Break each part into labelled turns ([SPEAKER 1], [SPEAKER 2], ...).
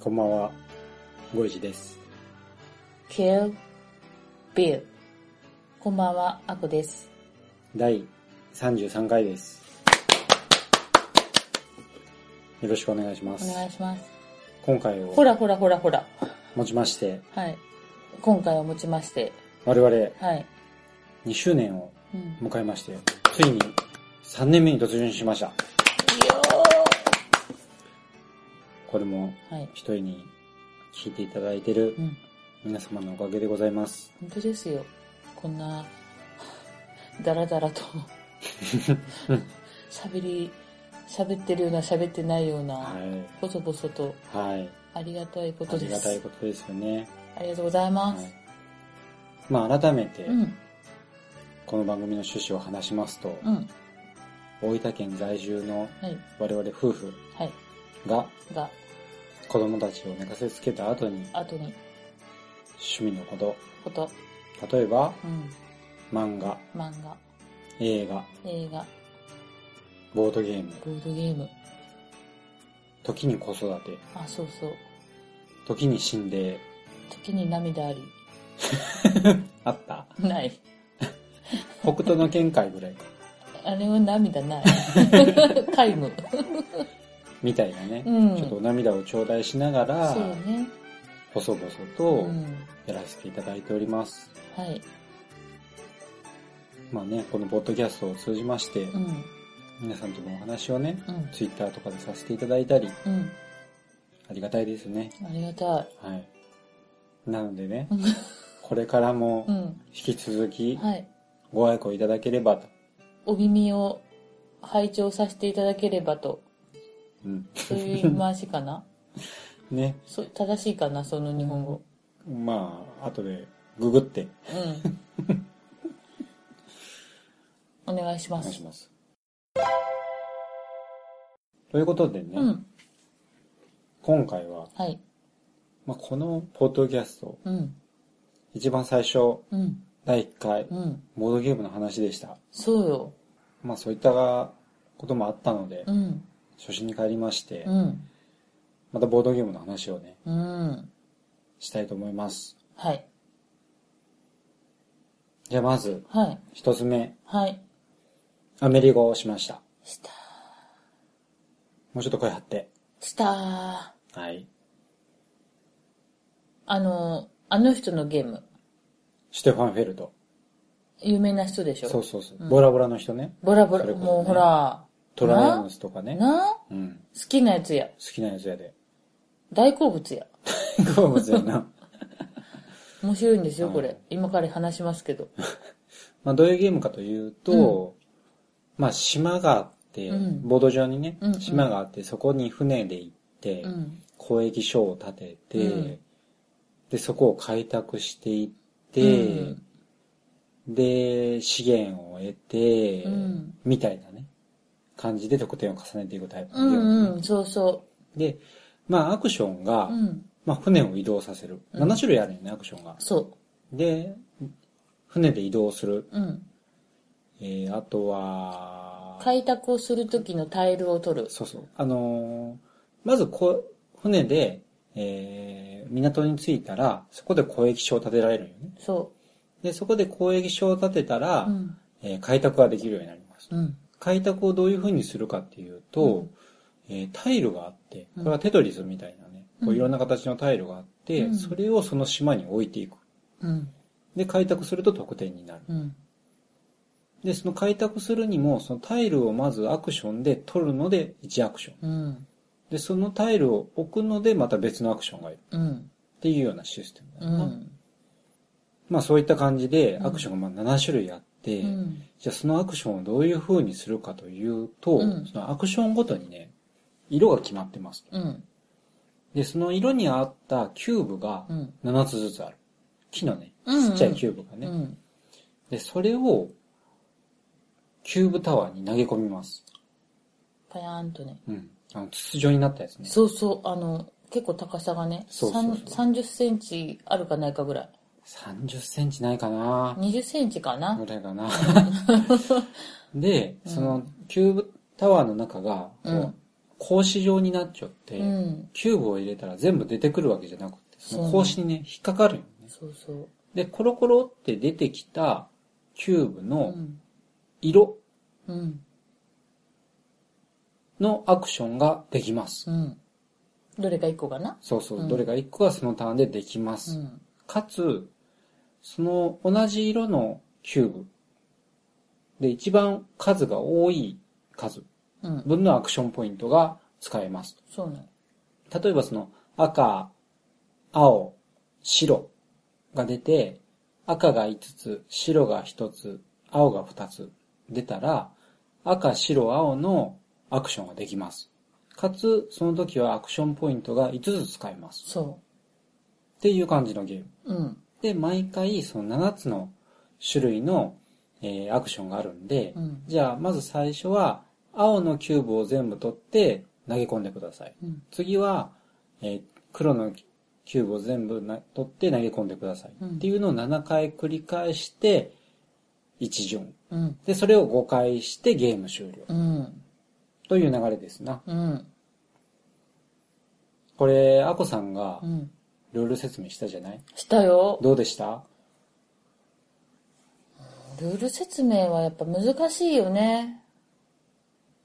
[SPEAKER 1] こんばんは、ゴイジです。
[SPEAKER 2] Kill Bill こんばんはあこです
[SPEAKER 1] 第33回です。よろしくお願いしま
[SPEAKER 2] お
[SPEAKER 1] す。
[SPEAKER 2] 願いします
[SPEAKER 1] 今回
[SPEAKER 2] ほ
[SPEAKER 1] を
[SPEAKER 2] らほらほらほら
[SPEAKER 1] もちまして、
[SPEAKER 2] はい今回をもちまして
[SPEAKER 1] 我々
[SPEAKER 2] はい、
[SPEAKER 1] 2周年を
[SPEAKER 2] うん、よ
[SPEAKER 1] 迎えまして、ついに3年目に突入しました。これも
[SPEAKER 2] ーはい
[SPEAKER 1] 一人に聞いていただいている
[SPEAKER 2] うん
[SPEAKER 1] 皆様のおかげでございます。
[SPEAKER 2] 本当ですよこんなだらだら と喋り喋ってるような喋ってないような、
[SPEAKER 1] は
[SPEAKER 2] 細々と
[SPEAKER 1] い。はい。
[SPEAKER 2] ありがたいこ
[SPEAKER 1] あ
[SPEAKER 2] と
[SPEAKER 1] り
[SPEAKER 2] で
[SPEAKER 1] が
[SPEAKER 2] す
[SPEAKER 1] たいことですよね。
[SPEAKER 2] ありがとうござい
[SPEAKER 1] は
[SPEAKER 2] ま
[SPEAKER 1] い
[SPEAKER 2] す、。
[SPEAKER 1] まあ改めて
[SPEAKER 2] う、ん
[SPEAKER 1] この番組の趣旨を話しますと、
[SPEAKER 2] うん
[SPEAKER 1] 大分県在住の
[SPEAKER 2] はい
[SPEAKER 1] 我々夫婦
[SPEAKER 2] はい
[SPEAKER 1] が
[SPEAKER 2] が
[SPEAKER 1] 子供たちを寝かせつけた後に
[SPEAKER 2] 後に
[SPEAKER 1] 趣味のこ
[SPEAKER 2] こと
[SPEAKER 1] と、例えば
[SPEAKER 2] うん
[SPEAKER 1] 漫画、
[SPEAKER 2] 漫画
[SPEAKER 1] 映画、
[SPEAKER 2] 映画
[SPEAKER 1] ボードゲーム、
[SPEAKER 2] ボードゲーム
[SPEAKER 1] 時に子育て、
[SPEAKER 2] あそうそう
[SPEAKER 1] 時に心霊、
[SPEAKER 2] 時に涙あり
[SPEAKER 1] あった
[SPEAKER 2] ない
[SPEAKER 1] 北斗の見解ぐらいか。
[SPEAKER 2] あれは涙ない タイム
[SPEAKER 1] みたいなね、
[SPEAKER 2] うん
[SPEAKER 1] ちょっとお涙を頂戴しながら
[SPEAKER 2] そ、うね
[SPEAKER 1] 細々
[SPEAKER 2] う
[SPEAKER 1] と
[SPEAKER 2] ん
[SPEAKER 1] やらせていただいております。
[SPEAKER 2] はい
[SPEAKER 1] まあね、このポッドキャストを通じまして
[SPEAKER 2] う、ん
[SPEAKER 1] 皆さんとのお話をね、
[SPEAKER 2] うん
[SPEAKER 1] ツイッターとかでさせていただいたり、
[SPEAKER 2] うん
[SPEAKER 1] ありがたいですね。
[SPEAKER 2] ありがたい
[SPEAKER 1] はい。なのでね
[SPEAKER 2] うん、
[SPEAKER 1] これからも
[SPEAKER 2] うん
[SPEAKER 1] 引き続き
[SPEAKER 2] はい
[SPEAKER 1] ご愛顧いただければと。
[SPEAKER 2] お耳を拝聴させていただければと
[SPEAKER 1] うん。
[SPEAKER 2] そういう言い回しかな
[SPEAKER 1] ね。
[SPEAKER 2] そう正しいかなその日本語
[SPEAKER 1] まあ、後でググって
[SPEAKER 2] うん。 お願いし
[SPEAKER 1] お
[SPEAKER 2] ま
[SPEAKER 1] 願い
[SPEAKER 2] す
[SPEAKER 1] し。ます。ということでね、
[SPEAKER 2] うん。
[SPEAKER 1] 今回は、
[SPEAKER 2] はい。
[SPEAKER 1] まあ、このポッドキャスト、
[SPEAKER 2] うん。
[SPEAKER 1] 一番最初、
[SPEAKER 2] うん。
[SPEAKER 1] 第1回、
[SPEAKER 2] うん。
[SPEAKER 1] ボードゲームの話でした。
[SPEAKER 2] そうよ。
[SPEAKER 1] まあ、そういったこともあったので
[SPEAKER 2] う、ん。
[SPEAKER 1] 初心に帰りまして
[SPEAKER 2] う、ん。
[SPEAKER 1] またボードゲームの話をね、
[SPEAKER 2] うん。
[SPEAKER 1] したいと思います。
[SPEAKER 2] はい。
[SPEAKER 1] じゃあ、まず、
[SPEAKER 2] はい。
[SPEAKER 1] 一つ目、
[SPEAKER 2] はい。
[SPEAKER 1] アメリゴをしました。
[SPEAKER 2] した
[SPEAKER 1] もうちょっと声張って。
[SPEAKER 2] した
[SPEAKER 1] はい。
[SPEAKER 2] あの、あの人のゲーム。
[SPEAKER 1] シュテファン・フェルト。
[SPEAKER 2] 有名な人でしょ
[SPEAKER 1] そうそうそう。ボラボラの人ね。
[SPEAKER 2] ボラボラ、
[SPEAKER 1] それこそね
[SPEAKER 2] もうほら。
[SPEAKER 1] トライアムスとかね。
[SPEAKER 2] なな
[SPEAKER 1] うん。
[SPEAKER 2] 好きなやつや。
[SPEAKER 1] 好きなやつやで。
[SPEAKER 2] 大好物や。
[SPEAKER 1] 好物 やな。
[SPEAKER 2] 面白いんですよ、
[SPEAKER 1] はい
[SPEAKER 2] これ。今から話しますけど。
[SPEAKER 1] まあ、どういうゲームかというと、まあ、島があって、
[SPEAKER 2] うん
[SPEAKER 1] ボード上にね、
[SPEAKER 2] うんうん
[SPEAKER 1] 島があって、そこに船で行って、
[SPEAKER 2] うん。
[SPEAKER 1] 交易所を建てて、
[SPEAKER 2] うん
[SPEAKER 1] で、そこを開拓していって、
[SPEAKER 2] うん
[SPEAKER 1] で、資源を得て、
[SPEAKER 2] うん
[SPEAKER 1] みたいなね、感じで得点を重ねていくタイプ
[SPEAKER 2] う
[SPEAKER 1] のゲーム。
[SPEAKER 2] んうん、そうそ
[SPEAKER 1] で、まあ、アクションが、
[SPEAKER 2] う。うん。
[SPEAKER 1] まあ、船を移動させる。
[SPEAKER 2] うん
[SPEAKER 1] 7種類あるよね、アクションが。
[SPEAKER 2] そ
[SPEAKER 1] で、船で移動する。
[SPEAKER 2] う。うん。
[SPEAKER 1] えー、あとは、
[SPEAKER 2] 開拓をする時のタイルを取る。
[SPEAKER 1] そうそう。あのーまずこう、船で、えー、港に着いたら、そこで交易所を建てられるよね。
[SPEAKER 2] そ
[SPEAKER 1] で、そこで交易所を建てたら、
[SPEAKER 2] う。うん。
[SPEAKER 1] えー開拓ができるようになります。
[SPEAKER 2] うん。
[SPEAKER 1] 開拓をどういう風にするかっていうと、
[SPEAKER 2] うん
[SPEAKER 1] えータイルがあって、
[SPEAKER 2] う
[SPEAKER 1] こ
[SPEAKER 2] ん
[SPEAKER 1] れはテトリスみたいなね、こ
[SPEAKER 2] う
[SPEAKER 1] うんいろんな形のタイルがあって、
[SPEAKER 2] うん
[SPEAKER 1] それをその島に置いていく。
[SPEAKER 2] うん。
[SPEAKER 1] で、開拓すると得点になる。
[SPEAKER 2] うん。
[SPEAKER 1] で、その開拓するにも、そのタイルをまずアクションで取るので1アクション。
[SPEAKER 2] うん。
[SPEAKER 1] で、そのタイルを置くのでまた別のアクションがいる。
[SPEAKER 2] うん。
[SPEAKER 1] っていうようなシステム
[SPEAKER 2] う
[SPEAKER 1] だな。
[SPEAKER 2] ん。
[SPEAKER 1] まあそういった感じで
[SPEAKER 2] うん
[SPEAKER 1] アクションがまあ7種類あって、
[SPEAKER 2] うん。
[SPEAKER 1] じゃあそのアクションをどういう風にするかという
[SPEAKER 2] う
[SPEAKER 1] と、
[SPEAKER 2] ん
[SPEAKER 1] そのアクションごとにね、色が決まってます。
[SPEAKER 2] うん。
[SPEAKER 1] で、その色に合ったキューブが
[SPEAKER 2] うん
[SPEAKER 1] 7つずつある。木のね、
[SPEAKER 2] うんうん
[SPEAKER 1] ちっちゃいキューブがね。
[SPEAKER 2] うん。
[SPEAKER 1] で、それを、キューブタワーに投げ込みます。
[SPEAKER 2] パヤーンとね。
[SPEAKER 1] うん。あの、筒状になったやつね。
[SPEAKER 2] そうそう、あの、結構高さがね、
[SPEAKER 1] そうそうそう
[SPEAKER 2] さん30センチあるかないかぐらい。
[SPEAKER 1] 30センチないかな
[SPEAKER 2] 20センチかな
[SPEAKER 1] ぐ。らいか な。で、その、キューブタワーの中が、
[SPEAKER 2] う、
[SPEAKER 1] こうん格子状になっちゃって、
[SPEAKER 2] うん。
[SPEAKER 1] キューブを入れたら全部出てくるわけじゃなくて、そ
[SPEAKER 2] そう
[SPEAKER 1] の
[SPEAKER 2] ね
[SPEAKER 1] 格子にね、引っかかるよね。
[SPEAKER 2] そうそう。
[SPEAKER 1] で、コロコロって出てきたキューブ
[SPEAKER 2] う
[SPEAKER 1] の
[SPEAKER 2] ん。
[SPEAKER 1] 色
[SPEAKER 2] うん。
[SPEAKER 1] のアクションができます。
[SPEAKER 2] うん。どれか一個かな
[SPEAKER 1] そうそう、
[SPEAKER 2] うん
[SPEAKER 1] どれが1個はそのターンでできま
[SPEAKER 2] う
[SPEAKER 1] す。
[SPEAKER 2] ん。
[SPEAKER 1] かつ、その同じ色のキューブで一番数が多い数
[SPEAKER 2] うん。
[SPEAKER 1] 分のアクションポイントが使えます。
[SPEAKER 2] そうね。
[SPEAKER 1] 例えばその赤、青、白が出て、赤が5つ、白が1つ、青が2つ出たら、赤、白、青のアクションができます。かつ、その時はアクションポイントが5つ使えます。
[SPEAKER 2] そ
[SPEAKER 1] っていう感じのゲーム。
[SPEAKER 2] う。うん。
[SPEAKER 1] で、毎回その7つの種類の、えーアクションがあるんで、
[SPEAKER 2] うん。
[SPEAKER 1] じゃあまず最初は青のキューブを全部取って投げ込んでください。
[SPEAKER 2] うん。
[SPEAKER 1] 次は、えー黒のキューブを全部な取って投げ込んでください、
[SPEAKER 2] うん
[SPEAKER 1] っていうのを7回繰り返して1巡。
[SPEAKER 2] うん。
[SPEAKER 1] で、それを5回してゲーム終了。
[SPEAKER 2] うん。
[SPEAKER 1] という流れですな。
[SPEAKER 2] うん。
[SPEAKER 1] これ、アコさんが
[SPEAKER 2] うん。
[SPEAKER 1] ルール説明したじゃない
[SPEAKER 2] したよ。
[SPEAKER 1] どうでした
[SPEAKER 2] ルール説明はやっぱ難しいよね。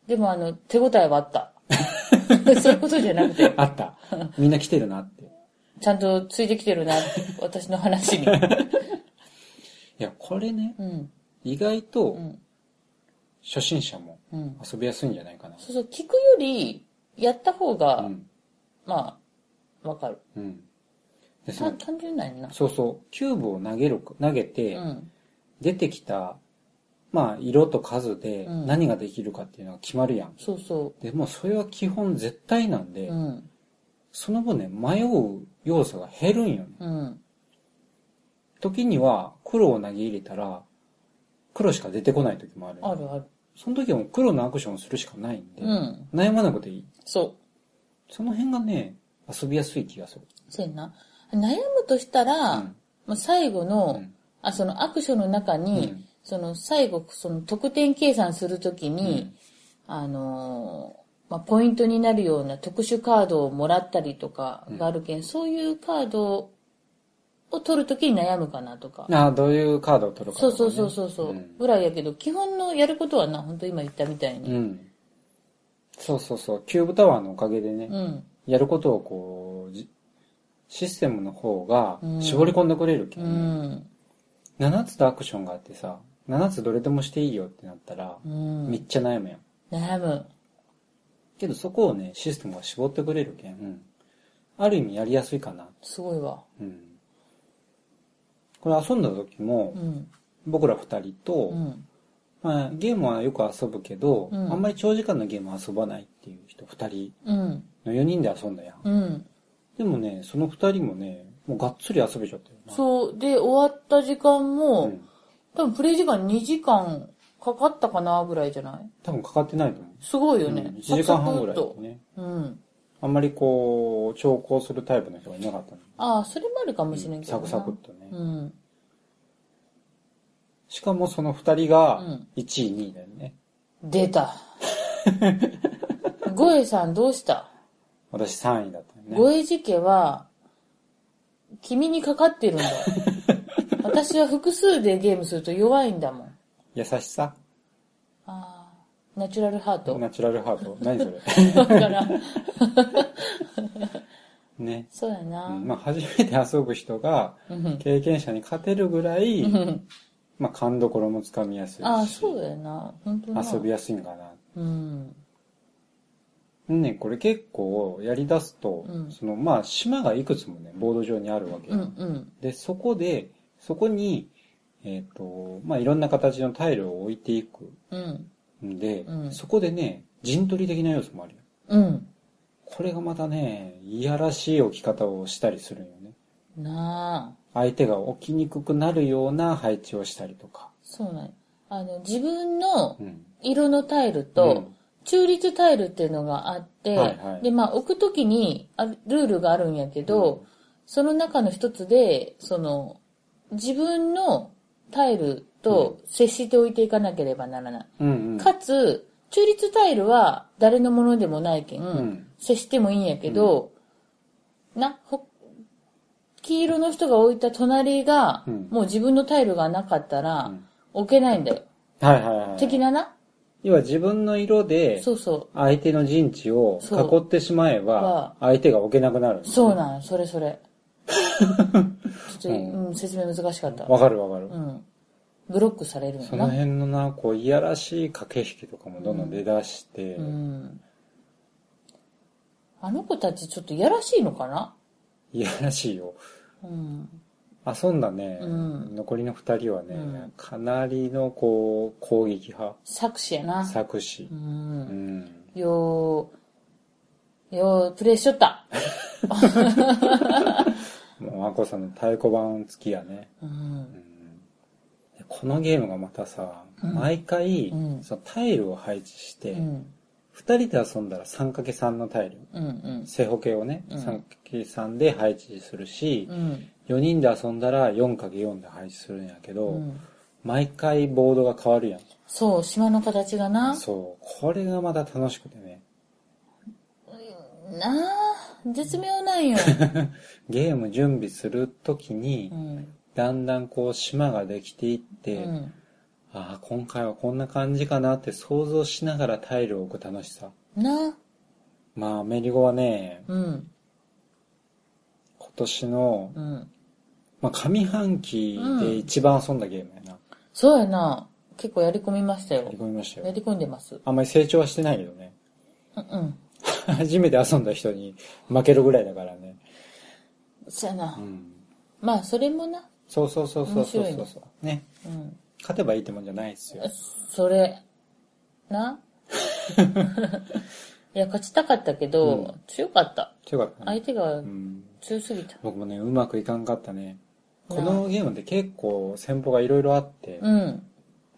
[SPEAKER 2] でもあの、手応えはあ った。そういうことじゃなくて、
[SPEAKER 1] あった。 みんな来てるなって。
[SPEAKER 2] ちゃんとついてきてるなって、私の話に。
[SPEAKER 1] いや、これね、
[SPEAKER 2] うん。
[SPEAKER 1] 意外
[SPEAKER 2] う
[SPEAKER 1] と
[SPEAKER 2] ん。
[SPEAKER 1] 初心者も
[SPEAKER 2] うん。
[SPEAKER 1] 遊びやすいんじゃないかな。
[SPEAKER 2] そうそう、聞くより、やった方が、
[SPEAKER 1] うん。
[SPEAKER 2] まあ、わかる。
[SPEAKER 1] うん。でそ
[SPEAKER 2] た
[SPEAKER 1] の
[SPEAKER 2] 単純なんやな。
[SPEAKER 1] そうそう、キューブを投げる、投げて、
[SPEAKER 2] うん。
[SPEAKER 1] 出てきた、まあ、色と数で
[SPEAKER 2] うん
[SPEAKER 1] 何ができるかっていうのが決まるやん。
[SPEAKER 2] そうそ
[SPEAKER 1] でもうそれは基本絶対なんで、
[SPEAKER 2] う。うん。
[SPEAKER 1] その分ね、迷う要素が減るんよね。
[SPEAKER 2] うん。
[SPEAKER 1] 時には黒を投げ入れたら、黒しか出てこない時もある。
[SPEAKER 2] あるある。
[SPEAKER 1] その時はもう黒のアクションをするしかないんで、
[SPEAKER 2] うん。
[SPEAKER 1] 悩まなくていい。
[SPEAKER 2] そう。
[SPEAKER 1] その辺がね、遊びやすい気がする。
[SPEAKER 2] そうやな。悩むとしたら、
[SPEAKER 1] うん
[SPEAKER 2] もう最後の、
[SPEAKER 1] うん
[SPEAKER 2] あ、そのアクションの中に、
[SPEAKER 1] うん
[SPEAKER 2] その最後、その得点計算するときに、あのーまあ、ポイントになるような特殊カードをもらったりとかがあるけん、そういうカードを取るときに悩むかなとか。
[SPEAKER 1] ああ、どういうカードを取るかとか、
[SPEAKER 2] そう
[SPEAKER 1] ね。
[SPEAKER 2] そうそうそうそう、
[SPEAKER 1] うん
[SPEAKER 2] ぐらいやけど、基本のやることはな、本当今言ったみたいに。
[SPEAKER 1] うん。そうそうそう。キューブタワーのおかげでね、
[SPEAKER 2] うん。
[SPEAKER 1] やることをこう、じシステムの方が
[SPEAKER 2] うん
[SPEAKER 1] 絞り込んでくれるけ
[SPEAKER 2] う
[SPEAKER 1] ど、
[SPEAKER 2] ん。
[SPEAKER 1] 7つとアクションがあってさ、7つどれでもしていいよってなったら
[SPEAKER 2] う、ん。
[SPEAKER 1] めっちゃ悩むやん。
[SPEAKER 2] 悩む。
[SPEAKER 1] けどそこをね、システムが絞ってくれるけん、うんある意味やりやすいかな。
[SPEAKER 2] すごいわ。
[SPEAKER 1] うん。これ遊んだ時も
[SPEAKER 2] う、ん。
[SPEAKER 1] 僕ら2人と、
[SPEAKER 2] うん。
[SPEAKER 1] まあ、ゲームはよく遊ぶけど、
[SPEAKER 2] うん
[SPEAKER 1] あんまり長時間のゲームは遊ばないっていう人2人
[SPEAKER 2] うん。
[SPEAKER 1] の4人で遊んだやん。
[SPEAKER 2] うん。
[SPEAKER 1] でもね、その2人もね、もうがっつり遊べちゃったよな。
[SPEAKER 2] そう。で、終わった時間も、
[SPEAKER 1] うん
[SPEAKER 2] 多分プレイ時間2時間かかったかなぐらいじゃない
[SPEAKER 1] 多分かかってないと思う。
[SPEAKER 2] すごいよ
[SPEAKER 1] う
[SPEAKER 2] ね
[SPEAKER 1] ん。1時間半ぐらい
[SPEAKER 2] サクサクっと
[SPEAKER 1] ね。
[SPEAKER 2] うん。
[SPEAKER 1] あんまりこう、調校するタイプの人がいなかったの。
[SPEAKER 2] ああ、それもあるかもしれんけど
[SPEAKER 1] サ
[SPEAKER 2] な。
[SPEAKER 1] クサクっとね。
[SPEAKER 2] うん。
[SPEAKER 1] しかもその二人が
[SPEAKER 2] うん
[SPEAKER 1] 1位、2位だよね。
[SPEAKER 2] 出 た。ゴエさんどうした
[SPEAKER 1] 私3位だったよね。
[SPEAKER 2] ゴエジ家は、君にかかってるん だよ。私は複数でゲームすると弱いんだもん。
[SPEAKER 1] 優しさ
[SPEAKER 2] ああ、ナチュラルハート。
[SPEAKER 1] ナチュラルハート。何それ
[SPEAKER 2] だからん、
[SPEAKER 1] ね。
[SPEAKER 2] そうやな。
[SPEAKER 1] うんまあ、初めて遊ぶ人が
[SPEAKER 2] うん
[SPEAKER 1] 経験者に勝てるぐらい、
[SPEAKER 2] うん
[SPEAKER 1] まあ、勘どころもつかみやすいし、
[SPEAKER 2] ああ、そうだよな。本当な
[SPEAKER 1] 遊びやすいんかな。
[SPEAKER 2] うん。
[SPEAKER 1] ね、これ結構やり出すと、
[SPEAKER 2] うん
[SPEAKER 1] そのまあ島がいくつもね、ボード上にあるわけ
[SPEAKER 2] う
[SPEAKER 1] よ、
[SPEAKER 2] んうん。
[SPEAKER 1] で、そこで、そこに、えっ、と、まあいろんな形のタイルを置いていく
[SPEAKER 2] うん。
[SPEAKER 1] んで、
[SPEAKER 2] うん
[SPEAKER 1] そこでね、陣取り的な要素もあるよ。
[SPEAKER 2] うん。
[SPEAKER 1] これがまたね、いやらしい置き方をしたりするんよね。
[SPEAKER 2] なあ、
[SPEAKER 1] 相手が起きにくくなるような配置をしたりとか。
[SPEAKER 2] そうなんやあの、自分の
[SPEAKER 1] うん。
[SPEAKER 2] 色のタイル
[SPEAKER 1] う
[SPEAKER 2] と
[SPEAKER 1] ん、
[SPEAKER 2] 中立タイルっていうのがあって、
[SPEAKER 1] はいはい
[SPEAKER 2] で、まあ、置くときにあるルールがあるんやけど、
[SPEAKER 1] うん
[SPEAKER 2] その中の一つで、その、自分のタイルと接しておいていかなければならない。
[SPEAKER 1] うんうん。
[SPEAKER 2] かつ、中立タイルは誰のものでもないけん、
[SPEAKER 1] ん
[SPEAKER 2] 接してもいいんやけど、な、ほ、黄色の人が置いた隣が、
[SPEAKER 1] うん
[SPEAKER 2] もう自分のタイルがなかったら、
[SPEAKER 1] うん
[SPEAKER 2] 置けないんだよ。
[SPEAKER 1] はいはいはい。
[SPEAKER 2] 的なな、
[SPEAKER 1] 要は自分の色で、
[SPEAKER 2] そうそ
[SPEAKER 1] 相手の陣地を囲ってしまえば
[SPEAKER 2] は、
[SPEAKER 1] 相手が置けなくなる。
[SPEAKER 2] う。そうなんよそれそ れ。ちょっと、
[SPEAKER 1] うん
[SPEAKER 2] うん、説明難しかった。
[SPEAKER 1] わかるわかる
[SPEAKER 2] う。ん。ブロックされるの
[SPEAKER 1] その
[SPEAKER 2] な。
[SPEAKER 1] 辺のな、こう、いやらしい駆け引きとかもどんどん出だして、
[SPEAKER 2] うん。あの子たちちょっといやらしいのかない
[SPEAKER 1] やらしいよ。
[SPEAKER 2] うん。
[SPEAKER 1] 遊んだね、
[SPEAKER 2] うん
[SPEAKER 1] 残りの二人はね、
[SPEAKER 2] うん
[SPEAKER 1] かなりのこう、攻撃派、
[SPEAKER 2] 作詞やな。
[SPEAKER 1] 作詞
[SPEAKER 2] う。。
[SPEAKER 1] うんん。
[SPEAKER 2] よー、よー、プレイしちょった。
[SPEAKER 1] もう、あこさんの太鼓判付きやね。
[SPEAKER 2] う。
[SPEAKER 1] うんんでこのゲームがまたさ、
[SPEAKER 2] うん
[SPEAKER 1] 毎回、
[SPEAKER 2] うん
[SPEAKER 1] そのタイルを配置し
[SPEAKER 2] う
[SPEAKER 1] て、
[SPEAKER 2] ん。
[SPEAKER 1] 二、人で遊んだら 3×3 のタイル。
[SPEAKER 2] うん。うん。
[SPEAKER 1] 正方形をね、
[SPEAKER 2] うん
[SPEAKER 1] 3×3 で配置するし、
[SPEAKER 2] うん。
[SPEAKER 1] 4人で遊んだら 4×4 で配置するんやけど、
[SPEAKER 2] うん。
[SPEAKER 1] 毎回ボードが変わるやん。
[SPEAKER 2] そう、島の形がな。
[SPEAKER 1] そう。これがまた楽しくてね。
[SPEAKER 2] なあ、絶妙なんよ。
[SPEAKER 1] ゲーム準備するときに
[SPEAKER 2] う、ん。
[SPEAKER 1] だんだんこう島ができていっ
[SPEAKER 2] う
[SPEAKER 1] て、
[SPEAKER 2] ん。
[SPEAKER 1] ああ、今回はこんな感じかなって想像しながらタイルを置く楽しさ。
[SPEAKER 2] なあ。
[SPEAKER 1] まあ、メリゴはね、
[SPEAKER 2] うん。
[SPEAKER 1] 今年の、
[SPEAKER 2] うん。
[SPEAKER 1] まあ、上半期で一番遊んだゲームやな。
[SPEAKER 2] そうやな。結構やり込みました
[SPEAKER 1] や
[SPEAKER 2] よ
[SPEAKER 1] り。込みました
[SPEAKER 2] や
[SPEAKER 1] よ。
[SPEAKER 2] り込んでます。
[SPEAKER 1] あんまり成長はしてないけどね。
[SPEAKER 2] うんうん。
[SPEAKER 1] 初めて遊んだ人に負けるぐらいだからね。
[SPEAKER 2] そうや
[SPEAKER 1] う
[SPEAKER 2] な。
[SPEAKER 1] ん。
[SPEAKER 2] まあ、それもな。
[SPEAKER 1] そうそうそうそうそう
[SPEAKER 2] 面白い
[SPEAKER 1] そ
[SPEAKER 2] ね
[SPEAKER 1] うそう。ね。
[SPEAKER 2] うん。
[SPEAKER 1] 勝てばいいってもんじゃないですよ。
[SPEAKER 2] それ、な いや、勝ちたかったけど、強かった。
[SPEAKER 1] 強かったね。
[SPEAKER 2] 相手が
[SPEAKER 1] うん。
[SPEAKER 2] 強すぎた。
[SPEAKER 1] 僕もね、うまくいかんかったね。
[SPEAKER 2] な
[SPEAKER 1] このゲームって結構戦法がいろいろあって、
[SPEAKER 2] うん。